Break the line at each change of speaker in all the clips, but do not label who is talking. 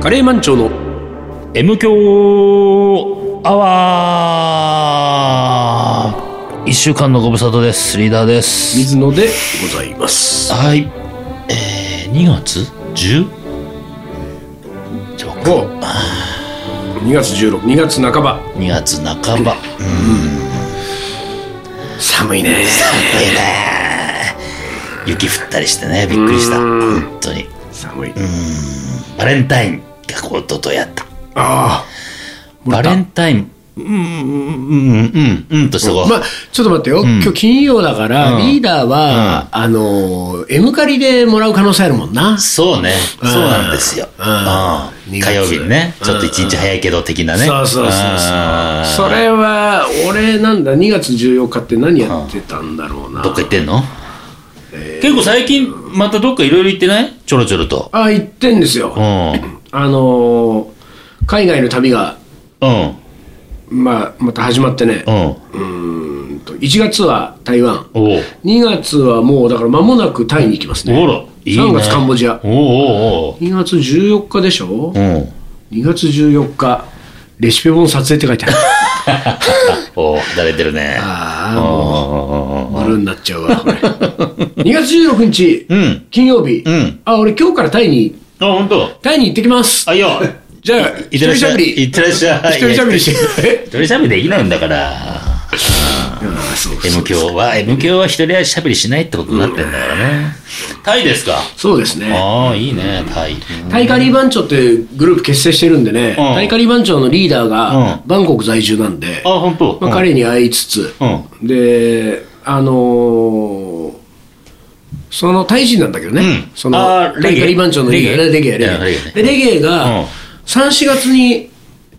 カレーマンチョの
M 強アワー一週間のご無沙汰です。リーダーです。
水野でございます。
はい。えー、2月 10?
お2月16、2月半ば。
2月半ば。
寒いね。
寒いね雪降ったりしてね、びっくりした。
うん
本当に。
寒い。
バレンタインがこう、ととやった。
あ
バレンタイン、うん、うん、うん、うん、うんとしとこ
あ。
う。
まあ、ちょっと待ってよ。今日金曜だから、
うん
リーダーは、あのー、M カリでもらう可能性あるもんな。
そうね、そうなんですよ。
うん
うん
二月
火曜日にね、
うん
ちょっと一日早いけど的なね。
そうそうそうそう
あー
それは、俺なんだ、2月14日って何やってたんだろうな。
どっか行ってんの結構最近、またどっかいろいろ行ってないちょろちょろと。
あ、行ってんですよ。
うん。
あのー、海外の旅が、
うん。
まあ、また始まってね
う。ん。
うーんと、1月は台湾。
おう。
2月はもうだから間もなくタイに行きますね。
おら、いいね。
3月カンボジア。
おうおう
2月14日でしょ
おう。うん。
?2 月14日、レシピ本撮影って書い てある。
おう、だれてるね。
あ
う
あ、
ん
もう、丸になっちゃうわ、これ。2月16日、
うん。
金曜日、
うん
あ、俺今日からタイに、
あ、ほんと。
タイに行ってきます。
あ、いいよ。
じゃあ、
い
一
ってら
人し
っし
ゃ
ゃ
べ
い。
り。
いってらっしゃ
一
い。
人しゃべりして。え
一人しゃべりできないんだから。
あそう
M 教は、M 教は一人しゃべりしないってことになってんだからね。タイですか
そうですね。
ああ、いいね、タイ。
タイカリー番長っていうグループ結成してるんでね、タイカリー番長のリーダーが
う
バンコク在住なんで、
あ、本当。
まあ、彼に会いつつ、
う
であのーそのタイ人なんだけどね、
うん
その
あーレ
タ
ゲエ
イカリ番長のリーダー
レ
レ
ゲ
ゲ
エ
エレゲ
うんレゲエね
エでレゲエ
うん
が34月に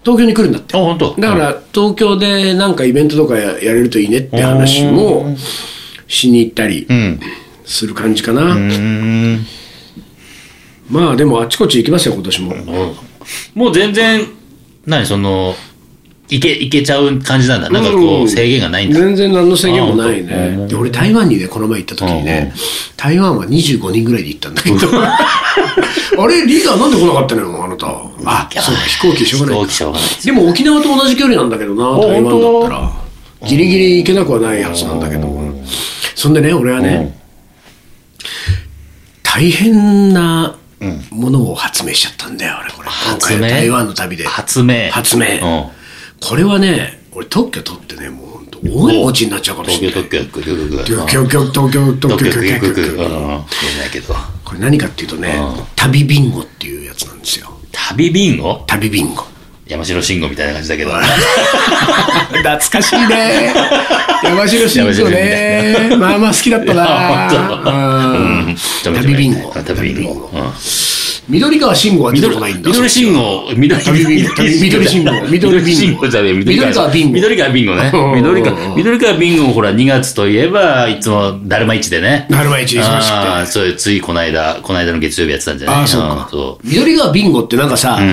東京に来るんだって
あ、本当。
だから東京でなんかイベントとかややれるといいねって話もしに行ったり
うん。
する感じかな、
うん。
まあでもあちこち行きますよ今年も、
もう全然、何、その、いけ、いけちゃう感じなんだ。なんかこ
う
う、
ん
制限がないんだ。
全然何の制限もないね
あ
で俺台湾にねこの前行った時にね台湾は25人ぐらいで行ったんだけど あれリーダーなんで来なかったのよあなたあそうか飛行機しょうがない
飛行機しょうがない。
でも沖縄と同じ距離なんだけどな台湾だったらギリギリ行けなくはないはずなんだけどそんでね俺はね大変なものを発明しちゃったんだよ俺これ今
発
回
明
の台湾の旅で
発明。
発明
うん。
これはね俺特許取ってねもう本当大金持ちになっちゃうかも
東
しれ
京
ない
特許、東京特許。
東京東京東京
特許、特許、
東
特許。う
京
ん。言えないけど。
これ何かっていうとね
うん
旅ビンゴっていうやつなんですよ
旅ビンゴ
旅ビンゴ
山城慎吾みたいな感じだけど。
懐かしいね山城慎吾ねまあまあ好きだったなうん旅ビンゴ
旅ビンゴ。うん
緑川慎吾は出て
緑
こないんだ
緑信号、緑
旅ビンゴ緑信号緑
緑
ビ
信
ンゴ
号じゃねえ、
緑川ビンゴ
緑川ビンゴね
うん。
緑川、緑川ビンゴもほら、2月といえば、いつも、だるま市でね。
だるま市忙しくて
あーそうよ、ついこの間、この間の月曜日やってたんじゃない
あーそうか
んそ
緑川ビンゴってなんかさ
う。う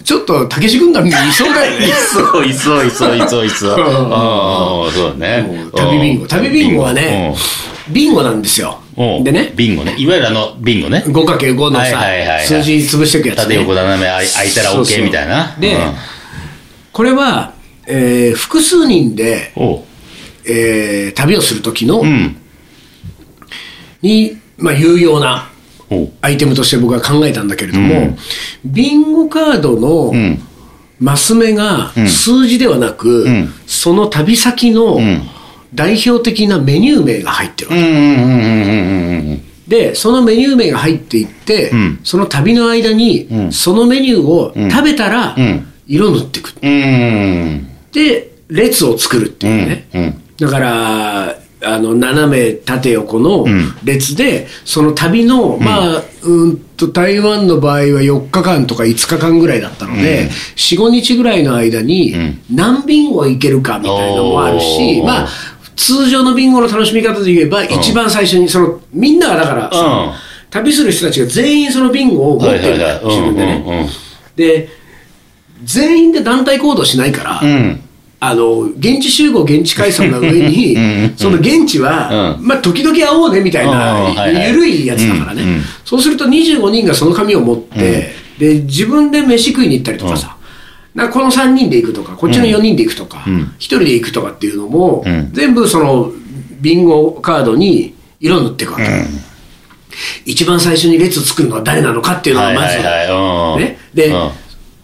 ん。
ちょっと武志軍団にいそうだよね
いそう、いそう、いそう、いそう、いそう。
うん
ああ、そうだね。
旅ビンゴ旅ビンゴはねビンゴなんですよ
うん、うん
でね
ビンゴね。いわゆるあの、ビンゴね。
5×5 のさ、
はいはいはいはい
数字潰していくやつ、ね、
縦横斜め、あい開いたら
そうそう
OK みたいな。
で、これは、えー複数人で、
うん、おう
えー旅をする時の、
うん。
に、まあ、有用な
おう
アイテムとして僕は考えたんだけれども、ビンゴカードの、
ん
マス目が数字ではなく、
ん
その旅先の
ん
代表的なメニュー名が入ってるわけ
うんうんうんうんうんうん。
で、そのメニュー名が入っていって、
ん
その旅の間に、そのメニューを食べたら、
ん
色塗ってく。
うん。
で、列を作るっていうね。
うんうん
だから、あの、斜め縦横の列で、その旅の、まあ、うんと、台湾の場合は4日間とか5日間ぐらいだったので、4、5日ぐらいの間に、何ビンゴ行けるかみたいなのもあるし、
おー
まあ、通常のビンゴの楽しみ方で言えば、一番最初に、その、みんながだから、その
うん
旅する人たちが全員そのビンゴを持ってるんだよ、
はいはいはい
自分でね。
うんうんうん
で、全員で団体行動しないから、
うん。
あの、現地集合、現地解散の上に
ん うん、
その現地は、
う
まあ、時々会おうねみたい
うんうんはい
な、
はい
ゆるいやつだから
うんう
ね
ん。
そうすると25人がその紙を持って、で、自分で飯食いに行ったりとかさ、なんかこの3人で行くとか、こっちの4人で行くとか、
うん
1人で行くとかっていうのも、
うん
全部そのビンゴカードに色塗っていくわけ、
う。
一番最初に列作るのは誰なのかっていうんのが
はい
ま
は
ず、
いはい。うん
ね、で、
うん。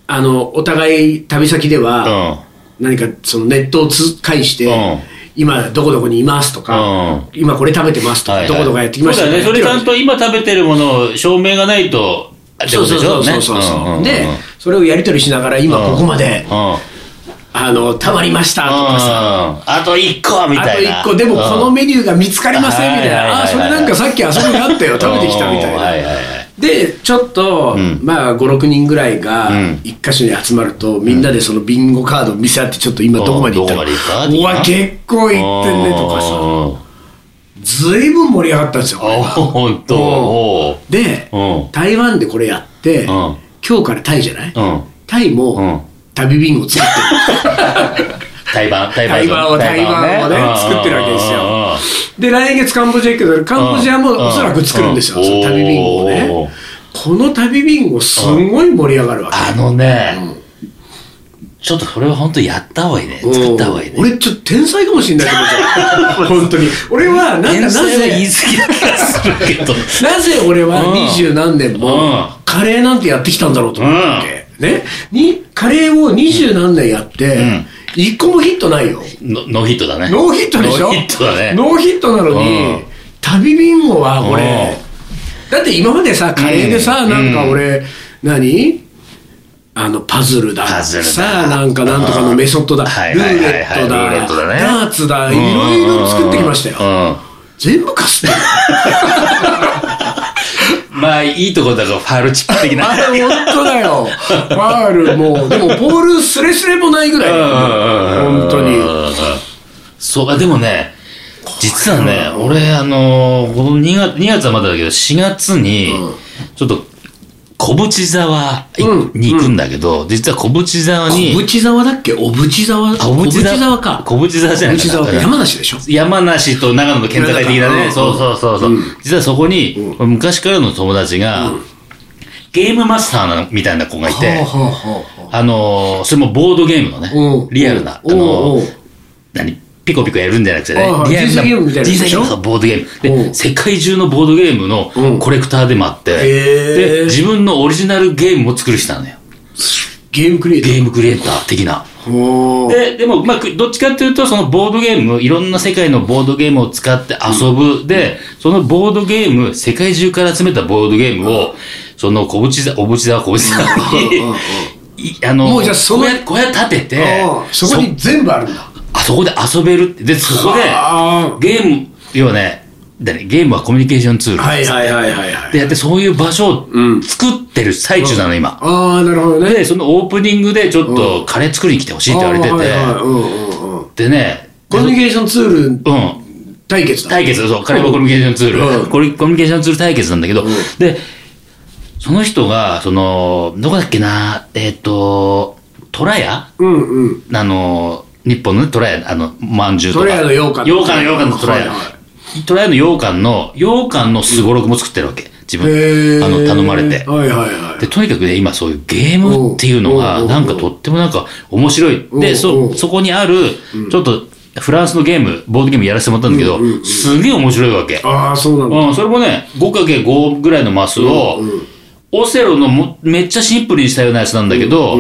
あのお互い旅先では、
うん
何かそのネットをつ介して、
うん
今どこどこにいますとか、今これ食べてますとか、
はいはい
どこどこやってきました
そうだね。それちゃん
と
と今食べてるものを証明がないと、あ
そうそうそうそうそうそう、でそれをやり取りしながら今ここまで、
あ
あのたまりましたとかさ、
あと1個み
あ
た
と
いな。
1個でもこのメニューが見つかりませんみたい
はいはいはい
なあ
は
ー
い
それなんかさっきあそこにあったよ食べてきたみた
うんはいい
な
はいはい。
でちょっと、
ん
まあ56人ぐらいが
ん
一箇所に集まると、みんなでそのビンゴカードを見せ合ってちょっと今どこまで行ったの
うんどこまで
う
行った
わ結構行ってんねとかさずいぶん盛り上がったんですよこれ
あ、
は
ほんと。お
で
うん
台湾でこれやって、
ん
今日からタイじゃない、
うん。
タイも、
うん
旅ビンゴ作ってる
台湾、台
台湾を台湾をね作ってるわけですよで来月カンボジア行くけどカンボジアもおそらく作るんですよ、その旅ビンゴをね、
おー
この旅ビンゴすごい盛り上がるわけ、
あのね、ちょっとこれは本当やった方がいいね。作った方がいいね。
俺ちょっと天才かもしれないと思っちゃう本当に俺はなんかな
天才は言い
ぜ
過ぎな気がするけど。
なぜ俺は
うん
二十何年も
う
カレーなんてやってきたんだろうと思って、ねにカレーを二十何年やって
ん
一個もヒットないよ、
のノーヒットだね。
ノーヒットでしょ
ノーヒットだね。
ノーヒットなの
う
に
ん
旅ビンゴはこれ
う
だって今までさカレーでさ
うん
なんか俺何あのパズルだ
パズルだ
さあなんかなんとかのメソッドだ
うんはい
ル
はい
ー
はい
レッ
は
ト
い
だ
ルーレットだね
ダーツだい
うん
ろいろ作ってきましたよ
うん
全部かすってる
まあ、いいとこだからファールチップ的 な。
あれ本当だよファールもうでもボールすれすれもないぐらい本当に
そう、あでもね、実はね、俺、あのーこの2月、2月はまだだけど、4月に、ちょっと、小淵沢い
うん
に行くんだけど、実は小淵沢
小
に、
淵沢だっけ小淵沢小淵沢か
小淵沢じゃ
小
ない
淵
か
沢
な。だから
山梨でしょ
山梨と長野の県境的な
う
ね。
ん
そうそうそうそう。実はそこに、昔からの友達が、ゲームマスターなのみたいな子がいて、
ほうほうほうほう
あのーそれもボードゲームのね
うん、
リアルな、あ
うん
の
う
ー
ん
何ピコピコやるんじゃなくてね
はいは、い
リアルな
人生ゲームみたいなやつ
人
でし
生ゲ
ょ
ームとかボードゲーム。
う
で、
ん
世界中のボードゲーム
う
の
ん
コレクターでもあって、
へ
で、
ー
自分のオリジナルゲームを作る人なのよ。
ゲームクリエイター
ゲームクリエイター的な。
ほー
で、でも、まあ、くどっちかっていうと、そのボードゲーム、いろんな世界のボードゲームを使って遊ぶ。で、そのボードゲーム、世界中から集めたボードゲームを、その小淵沢、小淵沢、小淵沢に
うんうんうん、
いあの、
もうじゃあその
小屋小屋建てて
あ、ーそこに全部あるんだ
あそこで遊べるって。で、そこで
はあ、
ゲーム、要はね、だねゲームはコミュニケーションツール。
いはいはいはいは
で、やってそういう場所を作ってる最中なの、今。
ああなるほどね
で、そのオープニングでちょっとカレー作りに来てほしいって言われて
あーはいはい
て、
うんうんうん
でね、
コミュニケーションツール
うん。
対決だ
対決そう、彼もコミュニケーションツール、
うん
これコミュニケーションツール対決なんだけど、
うん
で、その人が、その、どこだっけな、えっ、と、トラヤ
うんうん
あの、日本のね、トラヤ、あの、まんじゅうとか。
トラヤの羊羹
羊羹の羊羹のトラ
は
ヤ
いは。
トラヤの羊羹の、羊羹のすごろくも作ってるわけ。自
へ
分、
ー
あの、頼まれて。
はいはいはい
で、とにかくね、今そういうゲームっていうの
う
が、
ん
なんかとってもなんか面白い。
う
で、
んう
そ、
ん
そこにある、ちょっと、フランスのゲーム、ボードゲームやらせてもらったんだけど、すげえ面白いわけ。
ああそうなんだ
うん、それもね、5×5 ぐらいのマスを、オセロのもめっちゃシンプルにしたようなやつなんだけど、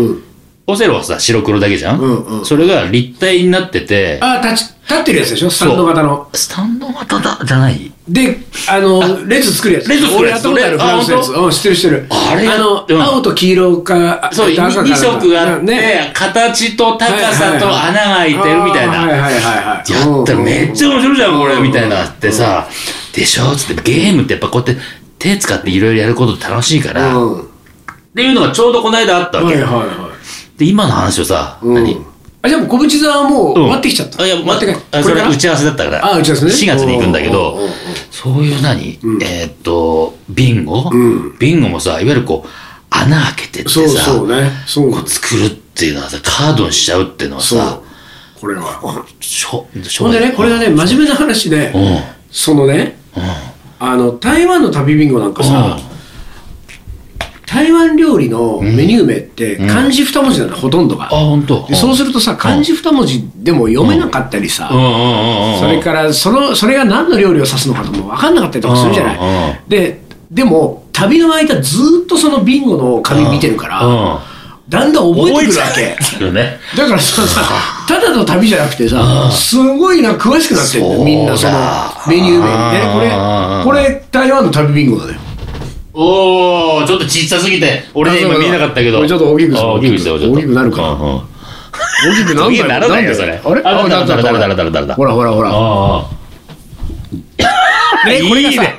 オセロはさ、白黒だけじゃん、
うんうん
それが立体になってて、
ああ立ち立ってるやつでしょスタンド型の
スタンド型だじゃない
であの列作るやつ
列作るやつ
俺やったことあるフランスのやつ
俺
うん知ってる知ってる
あれ
の
うん
青と黄色か
そう、
えっと赤か
2色があって、
ね
形と高さと穴が開いてるみたいな。
はいはいはいはい。
やったらめっち
ゃ。
ゃ面白いじゃん、これ、みたいなってさ、でしょつって、ゲームってやっぱこうやって手使っていろいろやることって楽しいから、っ
うん。
ていうのがちょうどこの間あったわ
はい
け。
はいはい。
で、今の話をさ、何
あ、じゃあもう小淵沢はもう
うん
終わってきちゃった。
あいや、
待
待
って
って
か
あ
こ
そ
れか
れ
ら
は打ち合わせだったから。
あ打ち合わせね
4月に行くんだけ
おうおうおうお
ど
う、
そういう何、えーっと、ビンゴ、ビンゴもさ、いわゆるこう、穴開けてってさ、
そうそうね。そうなんです。
作るっていうのはさ、カードにしちゃうっていうのは
そ
さ
う、。これは。
しょ、しょ
ほんでね、これがね、真面目な話で
うん、、
そのね、
うん。
あの、台湾の旅ビンゴなんかさ
う、
台湾料理のメニュー名って漢字二文字なのほとんどが
あ、。本当。
でそう
す
するとさ、漢字二文字でも読めなかったりさ、
うんうんうん。
それからそのそれが何の料理を指すのかとも分かんなかったりとかするじゃ
うんう
なんい。ででも旅の間ずっとそのビンゴの紙見てるから、
うん
だんだん覚えてくるわ
覚え
け。
ちゃうよね。
だからささただの旅じゃなくて
う
さ
ん
すごいな詳しくなってるんだ
そうだ
よみんなそのメニュー
あー
名でこれこれ台湾の旅ビンゴだよ
おー、ちょっと小さすぎて、俺ね、今見えなかったけ
こ
ど。
れちょっと大きくする
あ大きくして、
大きく大きくなるから
うんうん
大きくなん
大
だ
き
よ
くならないよ、
ん
そ
だ
れ
よ。あれ
あ、だ
あ
だだだだ
な
だ
った
だだだ。
ほらほらほら
ああ。
ねこれがさ
い いね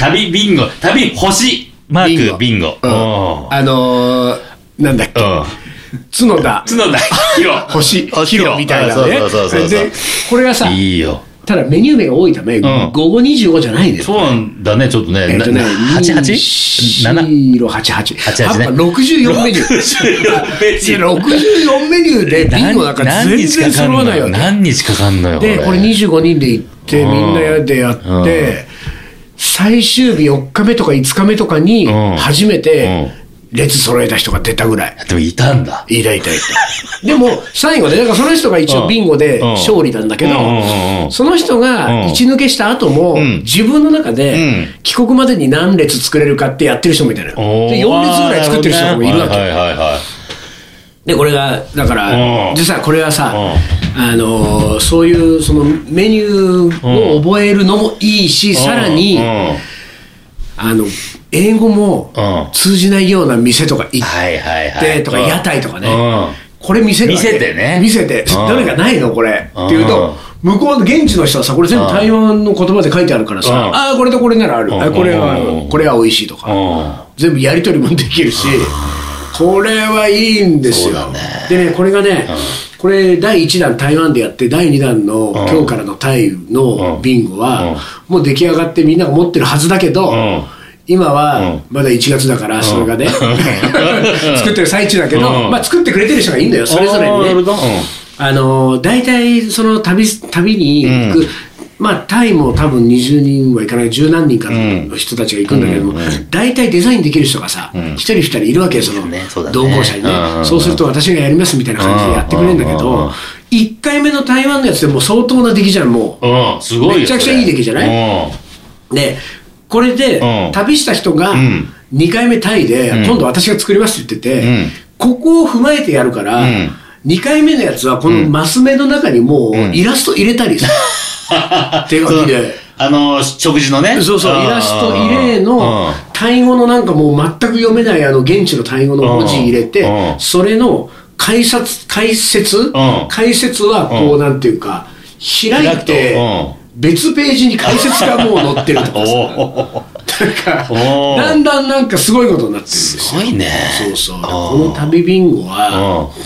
旅ビンゴ、旅星、マークビンゴ。
うん
うん
あのーなんだっけ
うん。
角田
角田博。
星ヒロみたいな
あ
ね
そうそうそうそう
でこれがさ
いいよ。
ただメニュー名が多いため午後25じゃないです
そうなんだね、ちょっとね。
えっとね、
八八七
色88。
88ね
やっぱ64メニュー。64メニューでビンゴなんか全然揃わないよね。
何日かかんのよ。
で、これ25人で行って、
うん
みんなでや
う
っ
ん
て、最終日4日目とか5日目とかに
うん、
初めて列揃えた人が出たぐらい。
でもいたんだ。
いたいたいた。でも、最後ね、だからその人が一
うん
応ビンゴで
うん
勝利なんだけど
うんうんう、ん
その人
う
が
ん
一抜けした後も
ん、
自分の中で
う、
帰国までに何列作れるかってやってる人もいたのよ。で、4列ぐらい作ってる人もいるわ
は
け。
いはいは
で、これが、だか
う
ら
ん、
実はこれはさ
う、
あのー、そういう、そのメニューを覚えるのもいいし、
い。
さらに
う、ん
あの、英語も
うん
通じないような店とか行っ
はいはいはい。
て、とか屋台とかね
う、
これ見せるわけ
見せてね
見せて
うん
どれがないのこれって言うと向こうの現地の人はさこれ全部台湾の言葉で書いてあるから
うん
さああこれとこれならある
うん
あこれは
うん
これは美味しいとか
ん。うん。
全部やり取りもできるしこれはいいんです
そう
よ
だね
でねこれがねこれ第1弾台湾でやって第2弾の
ん
今日からのタイのビンゴ
うん
はもう出来上がってみんなが持ってるはずだけど
うん
今
う
は
ん
まだ1月だからそれがね 作ってる最中だけ
う
ど
ん
まあ作ってくれてる人がいいんだよそれぞれにね
なるほど。
あの大体その旅旅に行く、
うん
まあタイも多分20人はいかない十何人かの人たちが行くんだけども、大体デザインできる人がさ一、人二人いるわけよその
ねそうだね
同行者にね
うん
そうすると私がやりますみたいな感じでやってくれるんだけ
うんうん
ど一回目の台湾のやつでもう相当な出来じゃんも
うん。うん。すごいよ。
めちゃくちゃいい出来じゃない
うん。
うでこれで
うん
旅した人が
ん
2回目タイで、
ん
今度私が作りますって言ってて、ここを踏まえてやるから、
うん
2回目のやつはこのマス目の中にもうイラスト入れたりさ、 手書きで。
あの、食事のね。
そうそう、イラスト入れの、タイ語のなんかもう全く読めないあの現地のタイ語の文字入れ
うん
て
う、ん
それの解説、解説
ん
解説はこうなんていうか、開いて
開くと、
別ページに解説がもう載ってるとかさ、なんか
おおー
だんだんなんかすごいことになってるんですよ。
すごいね。
そうそう。だからこの旅ビンゴは、
うん。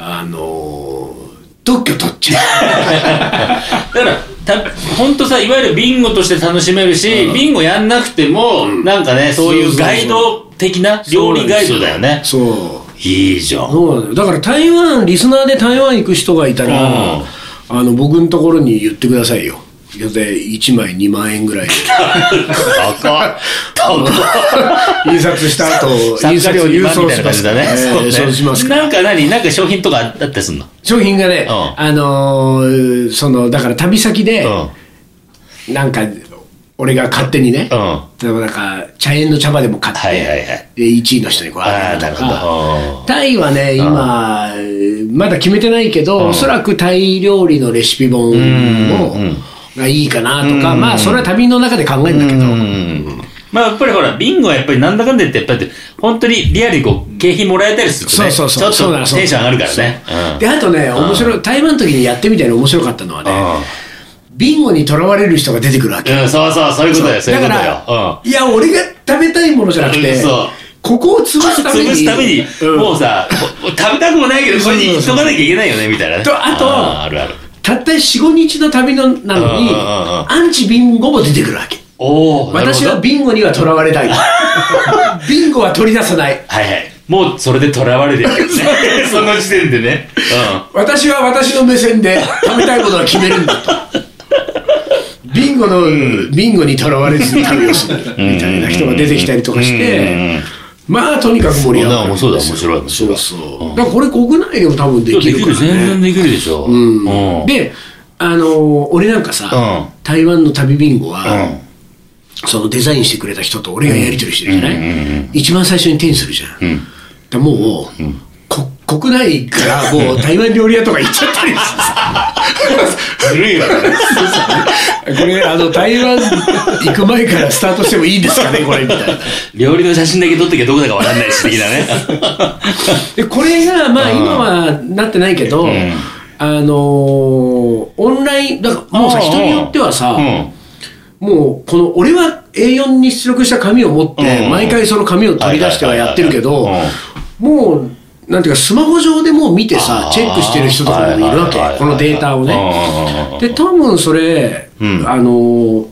あのー、特許取っちゃう。
だから、た本当さ、いわゆるビンゴとして楽しめるし、ビンゴやんなくても、なんかね、そういうガイド的な 料理ガイドだよね。
そう。
いいじゃん。
そうなのよだから台湾、リスナーで台湾行く人がいたら、
うん
あの、僕のところに言ってくださいよ。で1枚2万円ぐらいで
高っ。
印刷した 後
参
印
加
刷
料
を
2
郵
万み
送
たい
し
な
ま
感じ
す
だね。
えー
そう
そう
ね
しますから
なんか何なんか商品とかあったりすんの
商品がね、
うん
あのーそのだから旅先で、
うん。
なんか俺が勝手にね、
うん
例えばなんか茶園の茶葉でも買って、
はいはいはい
で1位の人にこう
あ
あ
あ、
げた
な
り
る
と
ほ
か
ど。
タイはね、今、まだ決めてないけど、おそらくタイ料理のレシピ本もがいいかなとか、まあ、それは旅の中で考えるんだけど、
うん。まあやっぱりほら、ビンゴはやっぱりなんだかんだ言って、やっぱり本当にリアルにこう、景品もらえたりすると
そ
ね、
うそうそう、
ち
そ
ょ
う
っ
なの
と
そう
テンション上がるからね。
そう
うん
で、あとね、面白い、台湾の時にやってみたいに面白かったのはね、ビンゴにとらわれる人が出てくるわけ。
うん、そうそう、そういうことだよ、そういう
だ
こ
か
とだ
ら
よ。、
いや、俺が食べたいものじゃなくて
そう、
ここを潰すた
うん。
めに、
潰すために、
うん
もうさ、もう食べたくもないけど、これに行っとかなきゃいけないよね、みたいなね。
とあと
あーあるある。
たった45日の旅のなのに、
うんうんうんうん
アンチビンゴも出てくるわけ。
おお
私はビンゴにはとらわれた い。ビンゴは取り出さない。
はいはい。もうそれで囚われてるけどね。その時点でね。
私は私の目線で食べたいことは決めるんだと。ビンゴの、ビンゴにとらわれずに旅をするみたいな人が出てきたりとかして、まあとにかく盛り上がるんですよ
そうだ面白い面白い
そうそう、
うん
だからこれ国内でも多分で
で
き
き
る
る
から、ね、
全然できるでしょ。
うん、
で、
であのー俺なんかさ、
うん
台湾の旅ビンゴ
う
は、
ん。
そのデザインしてくれた人と俺がやり取りしてるじゃない、
うんうんうんうん
一番最初に手にするじゃん、
ん
だからもう、こ国内からもう台湾料理屋とか行っちゃったりしてさ
ずるいわね。
これあの台湾 行く前からスタートしてもいいんですか ねこれみたいな
料理の写真だけ撮ってきゃどこだかわかんないし、的なね。
でこれがまあ
うん
今はなってないけど、
ん
あのーオンラインだ からもうさ人によってはさ、
うん
もうこの俺は A4 に出力した紙を持っ
うんう
て
ん
毎回その紙を取り出してはやってるけど
はいはいはい
もうなんていうかスマホ上でもう見て
あ
さ
ー
チェックしてる人とかもいるわ
はいはいはいは
け
い
このデータを
うんうんうんう
ね
ん
で多分それ、
うん
あのー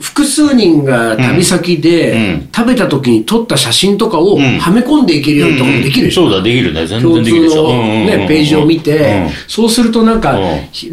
複数人が旅先
うんう
で
ん
食べた時に撮った写真とかを
ん
はめ込んでいけるようなところもできるでしょ、
そうだ、できるね。全
共
然できるでし
通
ょ。
の、ね、ページを見て、そうするとなんか
う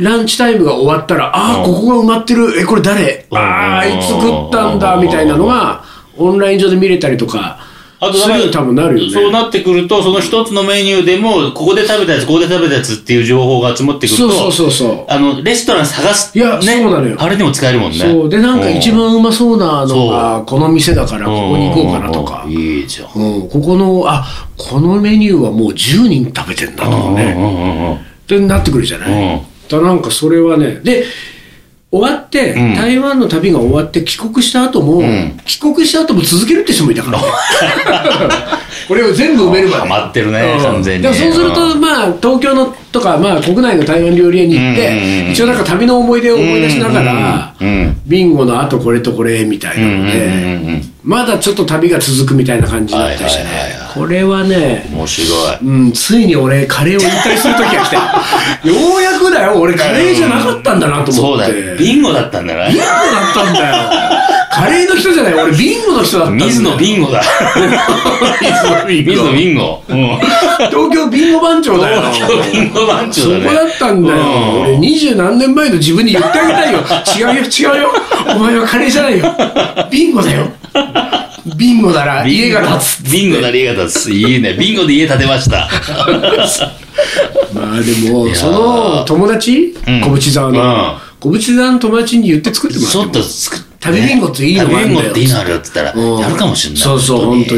ん、
ランチタイムが終わったら、ああ、
うん
ここが埋まってる、え、これ誰
うん
ああ、いつ食ったんだ、
うん
みたいなのが、オンライン上で見れたりとか、
あと
す
だ
るよう
から
に多分なる
そう
よね。
なってくると、その一つのメニューでも、ここで食べたやつ、ここで食べたやつっていう情報が集まってくる
そ
と、
うそうそうそう。
あの、レストラン探す。
いや
ね、
そうなのよ
あれでも使えるもんね。
そう。で、なんか一番うまそうなの
そ
が、この店だから、
うん、
ここに行こうかなとか
うん。いいじゃん。
うん、ここの、あ、このメニューはもう10人食べてんだとかね。ってなってくるじゃない、
うん
だなんかそれはねで終わって、
ん
台湾の旅が終わって帰国した後も、
ん
帰国した後も続けるって人もいた から、ね、これを全部埋めるま
ハ
で
マってるね、
うん
完全に。
だからそうすると、
うん
まあ、東京のとか、まあ、国内の台湾料理屋に行っ
うんうんうんう
て、
ん
一応なんか旅の思い出を思い出しながら
うんうんうん、
ビンゴの後これとこれみたいなの
うんうんうんう
で
ん、
まだちょっと旅が続くみたいな感じになったりしてね
はいはいはいは。
これはね、
面白い。
うん、ついに俺、カレーを引退する時が来 たよ。ようやくだよ、俺、カレーじゃなかったんだなと
そ
思
う
っ
だ
て。
よ。
ビン
ビンゴだったんだ
ゴ
な。
だったんだよ。カレーの人じゃない、俺、ビンゴの人だったんだよ。
水野ビンゴだ。水野ビンゴ。うん
東京ビンゴ番長だよ。
東京ビンゴ番
そ
長
こ
だね。
だったんだよ。
うん
俺、二十何年前の自分に言ってあげたいよ。違うよ、違うよ。お前はカレーじゃないよ。ビンゴだよ。ビンゴなら家が建つ。
つ。ビンゴなら家が立つ。いいね。ビンゴで家建てました。
まあでも、
やー
その友達、
うん
小淵沢の、
うん
小淵沢の友達に言って作ってもらって
ち
も
ょっと作っ
旅ビンゴっていいのがあ
旅
るん
ビ
だ
ンゴ
よ
っていいのあるよって言った
うん
ら、やるかもしれない。
そうそう
うん
本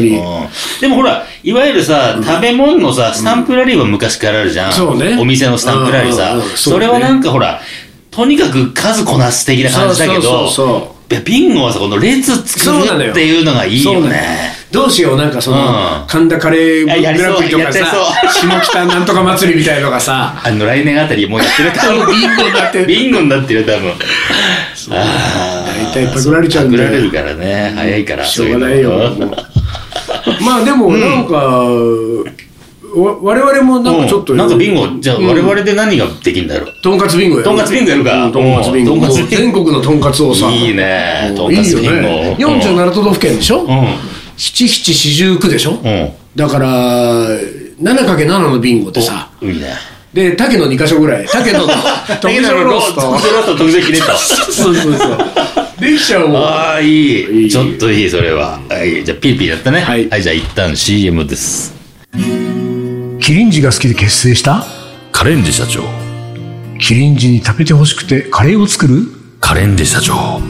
でもほら、いわゆるさ、食べ物のさ、スタンプラリーは昔からあるじゃん。
そうね
お店のスタンプラリーさ
うんうんうん。そう
そ
ね
れはなんかほら、とにかく数こなす的な感じだけ
そうそうそ
ど
うそ、
いやビンゴはさ、この列作
そうなのよ
るっていうのがいいよ
そう
ね。
どうしよう、なんかその、
うん
神田カレー
いややり
グ
そう
ランプリとかさ
やって、
下北なんとか祭りみたいのがさ、
あの、来年あたりもうやってる多分。
ビンゴになってる
ビンゴになってる、多分。あー
大体パクられちゃうんだよ
パクられるからね。早いから。
しょうがないよ。
そうう
も
の
うまあでも、なんか、わ我々もなんかちょっと、
うんなんかビンゴ、じゃあ
うん
我々で何ができるんだろう。
とんかつビンゴや
とんかつビンゴやるか
うんとんかつビンゴ。
うんとんかつビンゴ
全国のとんかつをさ。
いいね。と
い
んか
い
つ
よ
ビンゴ。
ね。
うん
47都道府県でしょ、
うん。
七七四十九でしょ、
うん。
だから、7×7 のビンゴってさ、
おいいね。
で、竹の2箇所ぐらい。竹 野と、
だ
竹
け
野
ど
ロース
特
ト。
上ロースト、特上切れと。
そうそうそう。できちゃうもん。
ああ、
い
い
い
い。ちょっといい、それは。はい。じゃあ、ピーピーやったね。
はい
はい、じゃあ、一旦 CM です。
キリンジが好きで結成した
カレンジ社長
キリンジに食べてほしくてカレーを作る
カレンジ社長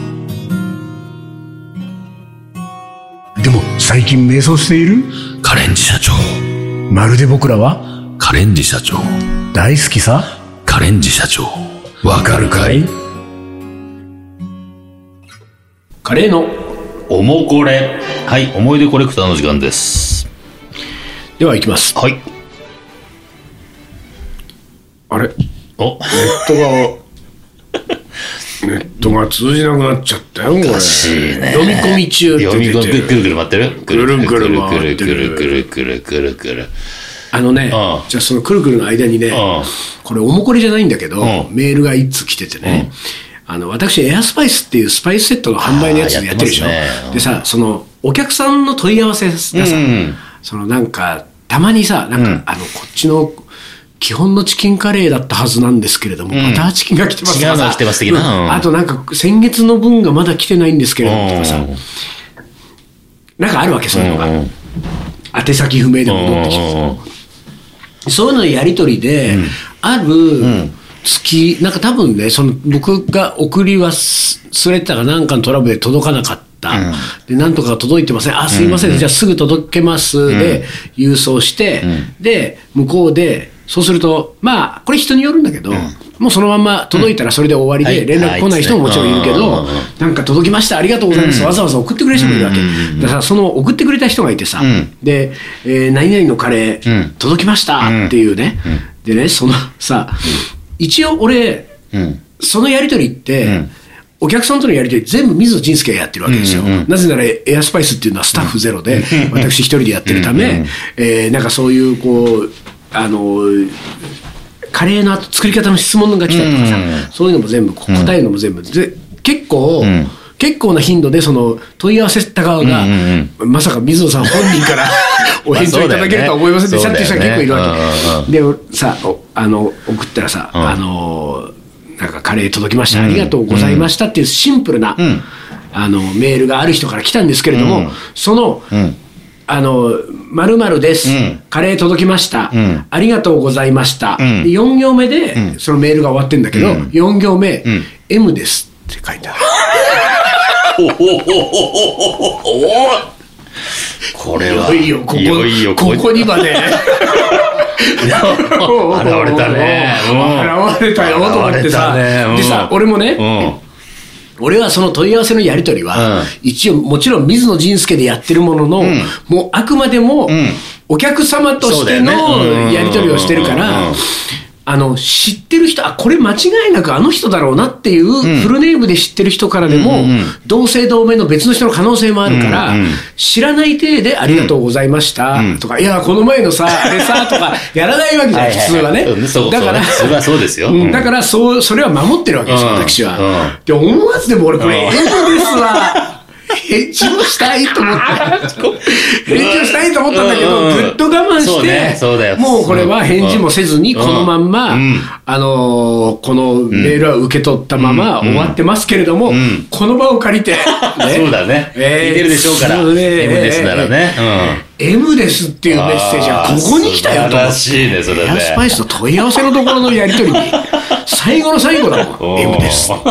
でも最近迷走している
カレンジ社長
まるで僕らは
カレンジ社長
大好きさ。
カレンジ社長わかるかい
カレーの。
おもこれ。はい、思い出コレクターの時間です。
では行きます。
はい。
あれネッ
お、
トが、ネットが通じなくなっちゃったよ、これ。
おかしいね。
読み込み中って
読み
出て
込み、
る
くるくる回ってるく
くる
く
く
るく
る
る
く
くるくるくるくる。
あのね、
ああ
じゃあそのくるくるの間にね、
ああ
これおもこりじゃないんだけど、
うん
メールが一通来ててね、あの私エアスパイスっていうスパイスセットの販売のやつでやってるでしょ、
ああやってますね
でさそのお客さんの問い合わせがさ、
ん
そのなんかたまにさなんか、
うん
あのこっちの基本のチキンカレーだったはずなんですけれども、
ん
バターチキンが来てますとか
違うの
さ
が来てます的な
うん
うん
あとなんか先月の分がまだ来てないんですけれどもとかさ、
うん
なんかあるわけ、そういうのが。
うんうん
宛先不明で戻ってきて。そういうのやりとりで、ある月、なんか多分ね、その僕が送り忘れたかなんかのトラブルで届かなかった。で、なんとか届いてません。あ、すいません。じゃあすぐ届けます。で、郵送して、で、向こうで、そうすると、まあ、これ人によるんだけど、もうそのまんま届いたらそれで終わりで、
うん
連絡来ない人ももちろんいるけ
はい
ど
はい、
なんか届きました、ありがとうございます、わざわざ送ってくれる人もいるわけ。だからその送ってくれた人がいてさ、
ん
で、えー何々のカレー、
うん
届きました
うん
っていうね、でね、そのさ、一応俺、
うん。
そのやりとりって、
うん
お客さんとのやりとり全部水野仁介がやってるわけですよ、
うんうんうん
なぜならエアスパイスっていうのはスタッフゼロで、私一人でやってるため、えーなんかそういうこうあのカレーの後作り方の質問が来たりとかさ、
うんうんうん
そういうのも全部こう答えるのも全部、で結構、
ん
結構な頻度でその問い合わせた側が、
うんうん
まさか水野さん本人から お返事をいただけるとは思いませんでしたっていう人が結構いるわけ、
そうだよねうんうんうん
でさおあの送ったらさ、
ん
あのなんかカレー届きました、ありがとうございましたっていうシンプルな、
ん
あのメールがある人から来たんですけれども、
うん
その、
うん。
あの、まるです、
うん
カレー届きました、
うん
ありがとうございました、
ん
で4行目で、
ん
そのメールが終わってんだけど、
うん
4行目、
ん
M ですって書いてある。
おおおおおおこれは。
いよ、ここ、
いよいよ
ここにまで。おうおうおう
現れたねうん
現れたよと思ってさ、
現れたねうん
でさ俺もね、
うん。
俺はその問い合わせのやり取りは、
うん
一応もちろん水野仁介でやってるものの、
ん
もうあくまでも、
ん
お客様として
そうだよねう
の
ん
やり取りをしてるか
うんうん
ら
うん、
あの、知ってる人、あ、これ間違いなくあの人だろうなっていう、フルネームで知ってる人からでも、
うんうん
同姓同名の別の人の可能性もあるから、
うんうん
知らない体でありがとうございました、とか、いや、この前のさ、あれさ、とか、やらないわけじゃない、普通はね
うん。そう
だ
だか
から
ら、、それはそうですよ。
うんだからそう、それは守ってるわけですよ、
うん
私は。
う
で、思わずでも俺、これ、
う
エ
ん
ンドですわ。返事をしたいと思った。返事をしたいと思ったんだけど、
うん
ぐっと我慢し
そうねそうだ
て、
よ
もうこれは返事もせずに、
うん
このまんま
うん、
あのー、このメールは受け取ったまま終わってますけれども
ん、
この場を 借りて、
そうだね。
えー
聞いてるでしょうから。
そうね
M ですからね。
M ですっていう
うん。
メッセージはここに来たよと思
ら
って。
しいね、それ
エ
ね。
アスパイスの問い合わせのところのやりとりに、最後の最後だも
お
ん、
ー
M です。。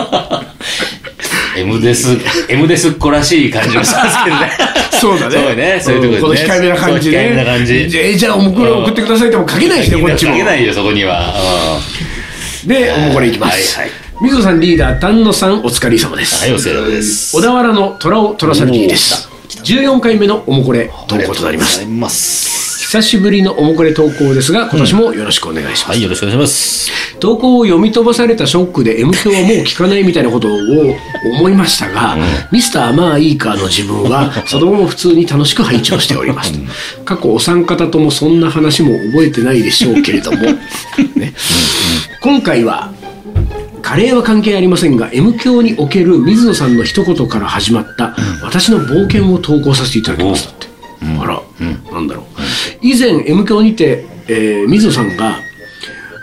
M です。M ですっ子らしい感じもしますけどね。
そうだね。
そうねそういうと
ん
こですね
この控えめな感じね。
そう控えめな感じ
じゃあえじゃあ、もうこれ送ってくださいっても書けないしね、こっちも
書。けないよ、そこには。うん
で、もうこれいきます。
はいはい
水野さんリーダー、丹野さん、お疲れ様です。
はい、お世話です。
小田原の虎を取らされていいです。14回目のおもこれ投稿となりま
あ
す。
りがとうございます。
久しぶりのおもこれ投稿ですが、今年もよろしくお願いします。
はい、よろしくお願いします。
投稿を読み飛ばされたショックで M 響はもう聞かないみたいなことを思いましたが、ミスターまあいいかの自分はその後も普通に楽しく拝聴しております過去お三方ともそんな話も覚えてないでしょうけれども、ね、今回はカレーは関係ありませんが M 響における水野さんの一言から始まった私の冒険を投稿させていただきますだって、あら、なんだろう以前 M 響にて、えー水野さんが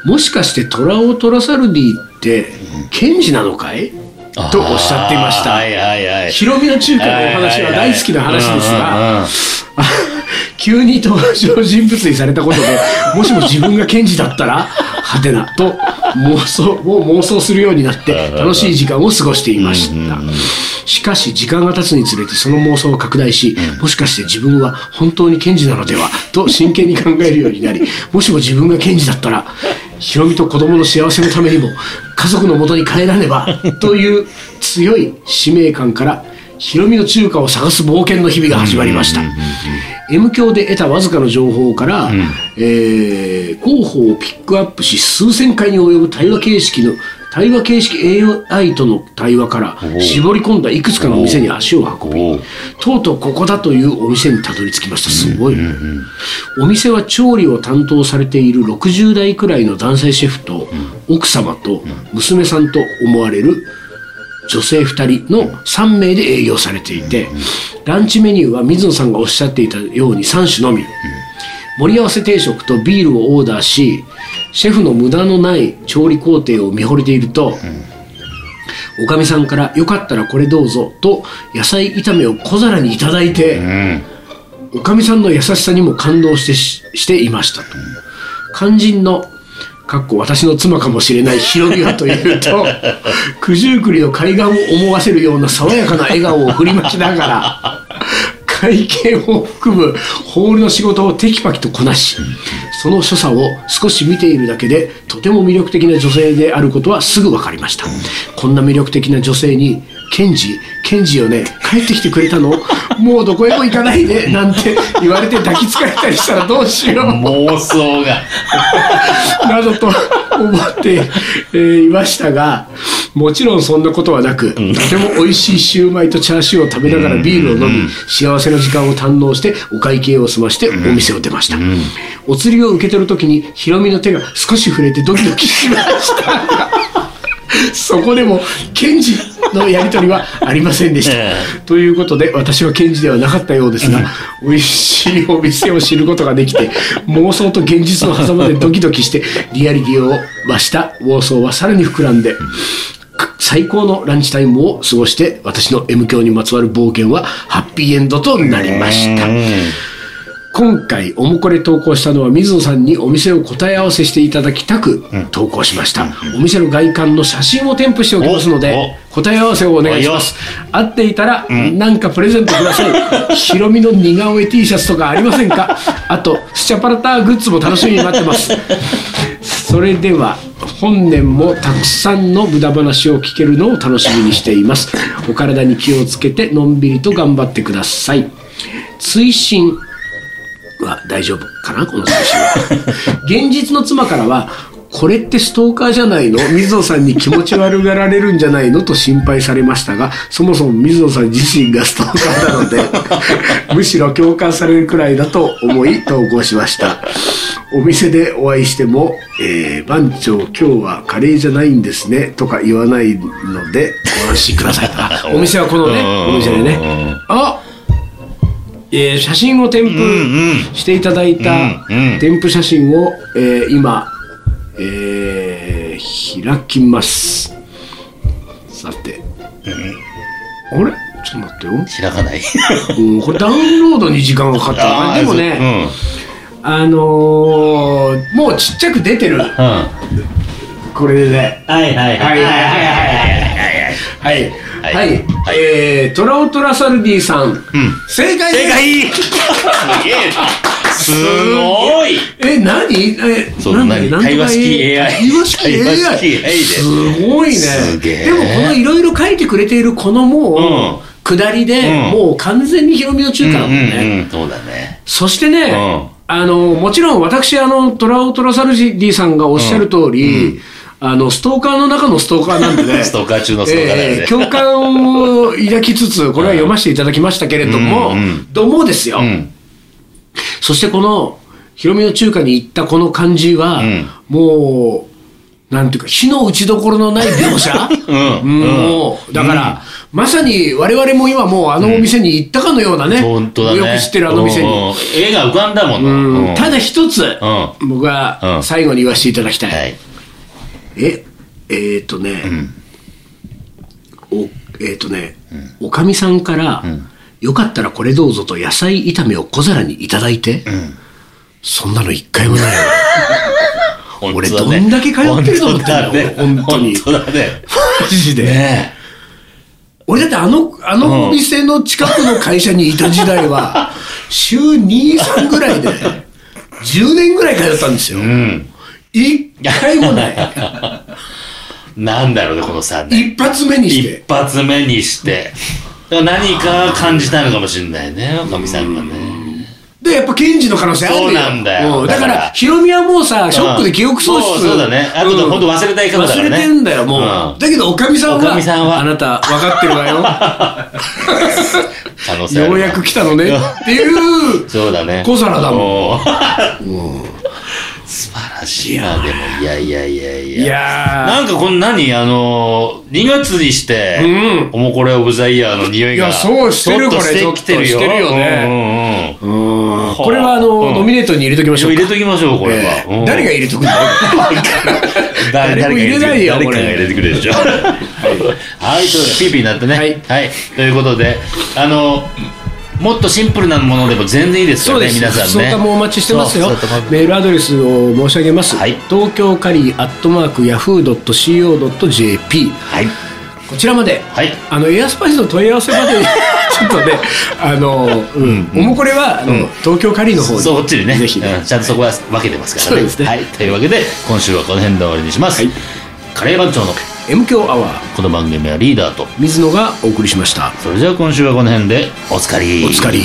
もしかしてトラオトラサルディって検事なのかいとおっしゃっていまし
は
た
いはいはい。
ヒロミの中華のお話は大好きな話ですが
うんうんうん
あ急に登場人物にされたことでもしも自分が検事だったらはてなと妄想を妄想するようになって楽しい時間を過ごしていましたしかし時間が経つにつれてその妄想を拡大しもしかして自分は本当に検事なのではと真剣に考えるようになりもしも自分が検事だったらヒロミと子供の幸せのためにも家族のもとに帰らねばという強い使命感からヒロミの中華を探す冒険の日々が始まりました M 教で得たわずかの情報から、えー候補をピックアップし数千回に及ぶ対話形式の対話形式 AI との対話から
お
絞り込んだいくつかのお店に足を運
お
び
う
とうとうここだというお店にたどり着きましたすごいね、お店は調理を担当されている60代くらいの男性シェフと奥様と娘さんと思われる女性2人の3名で営業されていて、ランチメニューは水野さんがおっしゃっていたように3種のみ、盛り合わせ定食とビールをオーダーしシェフの無駄のない調理工程を見惚れていると、おかみさんから、よかったらこれどうぞ、と、野菜炒めを小皿にいただいて、
うん。
おかみさんの優しさにも感動してししていましたと。肝心の、かっこ私の妻かもしれないヒロミはというと、九十九里の海岸を思わせるような爽やかな笑顔を振りまきながら、会計を含むホールの仕事をテキパキとこなし、その所作を少し見ているだけで、とても魅力的な女性であることはすぐ分かりました。こんな魅力的な女性に、ケンジ、ケンジよね、帰ってきてくれたのもうどこへも行かないで、なんて言われて抱きつかれたりしたらどうしよう。
妄想が。
などと思って、えーいましたが、もちろんそんなことはなく、とても美味しいシューマイとチャーシューを食べながらビールを飲み、幸せな時間を堪能して、お会計を済ましてお店を出ました。お釣りを受け取るときに、ヒロミの手が少し触れてドキドキしました。そこでも、ケンジのやりとりはありませんでした。
え
ということで、私はケンジではなかったようですが、美味しいお店を知ることができて、妄想と現実の狭間で ドキドキして、リアリティを増した妄想はさらに膨らんで、最高のランチタイムを過ごして、私の M 教にまつわる冒険はハッピーエンドとなりました。 今回おもこれ投稿したのは水野さんにお店を答え合わせしていただきたく投稿しました、お店の外観の写真を添付しておきますので答え合わせをお願いします合っていたら何かプレゼントくだ さいヒロミの似顔絵 T シャツとかありませんかあとスチャパラターグッズも楽しみに待ってますそれでは本年もたくさんの無駄話を聞けるのを楽しみにしていますお体に気をつけてのんびりと頑張ってください追伸は大丈夫かなこの最初 は現実の妻からはこれってストーカーじゃないの水野さんに気持ち悪がられるんじゃないのと心配されましたがそもそも水野さん自身がストーカーなので むしろ共感されるくらいだと思い投稿しましたお店でお会いしても、えー番長今日はカレーじゃないんですねとか言わないのでご安心くださいあ お店はこのねお店でねあえー写真を添付していただいた
うんうん
添付写真を、えー今、えー開きますさて、あれちょっと待ってよ、
開かない。
うんこれダウンロードに時間がかかったなでもね、あのーもうちっちゃく出てる
うん。うん。は
これでね
いはいはい
はいはいはい
はい。
はいは、
はいい
えートラオトラサルディさん、正解です
正解すげえなすごい
え、何え、
そう何
んとか
対話式 AI
対話式 AI。
対話式 AI です
ごいね。
すげえ
でもこのいろいろ書いてくれているこのも
うん
う、下りで、
うん
もう完全にヒロミの中華だもんね。
うんうんうん、そうだね。
そしてね、
うん
あの、もちろん私、あの、トラオトラサルジディさんがおっしゃる通り、あの、ストーカーの中のストーカーなんでね。
ストーカー中のストーカーだよね
え共感を抱きつつ、これは読ませていただきましたけれども、
うんうん
どうもですよ。
うん。
そしてこの、ヒロミの中華に行ったこの感じは、
ん
もう、なんていうか、火の打ちどころのない描写
うん
うんもう、だから、まさに我々も今もうあのお店に行ったかのようなね。
本当だね。
よく知ってるあの店
うん
に。
うん。絵が浮かんだもんな
うん
うん
ただ一つ、
う
僕
う
は
ん
最後に言わせていただきたい。
はい。
え、えーっ、とね、お、えーっ、とね、おかみさんから、よかったらこれどうぞと野菜炒めを小皿にいただいて、そんなの一回もないわ。
本当
俺
だね
どんだけ通ってると思ってんだよ
本当だ
本
ね
当に
本当だね。
マジで。
ね
俺だってあの、あのお店の近くの会社にいた時代 は、週2、3ぐらいで、10年ぐらい通ったんですよ。
え。うん。
一回もない。
なんだろうね、このさ、ね、
一発目にして
一。発目にして。だから何か感じたのかもしれないね、おかみさんがね。
で、やっぱ検事の可能性あるよ
そうなんだよ
うだか、
だからら
ヒロミはもうさ、ショックで記憶喪
もう
失。
そうだねあとで本当忘れたい過去だからね
忘れてんだよ、もう。
うん
だけど、おかみさんは、
おかみさんは
あなた、分かってるわ よ。
可能性ある
ようやく来たのね。っていう、
そうだね。
小皿だもん
もん。素晴らしいな、でも。いやいやいやいや。
いや
なんかこんなに、あのー、2月にして、
うん
おもこれオブザイヤーの匂いが、
いやそうしてる
ちょっと
これ
してきてるよ。
ちょっとしてるよね
ね。
うん
あ
これはあの、
うん
ノミネートに入れときましょう
入
か
れときましょう、これ
え
は。
え
うん
誰が入れとくんだ
誰
誰も入れないよ
誰
こ
か
れ
が入れてくれるで しょ。はい、とピーピーになってね。
はい
ということで、あの、もっとシンプルなものでも全然いいですからね、皆さんね。
相談もお待ちしてますよ
そう相談も
メールアドレスを申し上げます、
はい
東京カリーアットマークヤフー .co.jp
はい。
こちらまで、
はい。
あのエアスパイスの問い合わせまで ちょっとねあの、うんおもこれはあの、東京カリーの方に
そう、こっちにね。
ぜひ
うんちゃんとそこは分けてますからね。
そうですね
はい。というわけで、今週はこの辺で終わりにします。
はい
カレー番長の
M 強アワー
この番組はリーダーと、
水野がお送りしました
それじゃあ今週はこの辺で、おつかり。
お疲れ。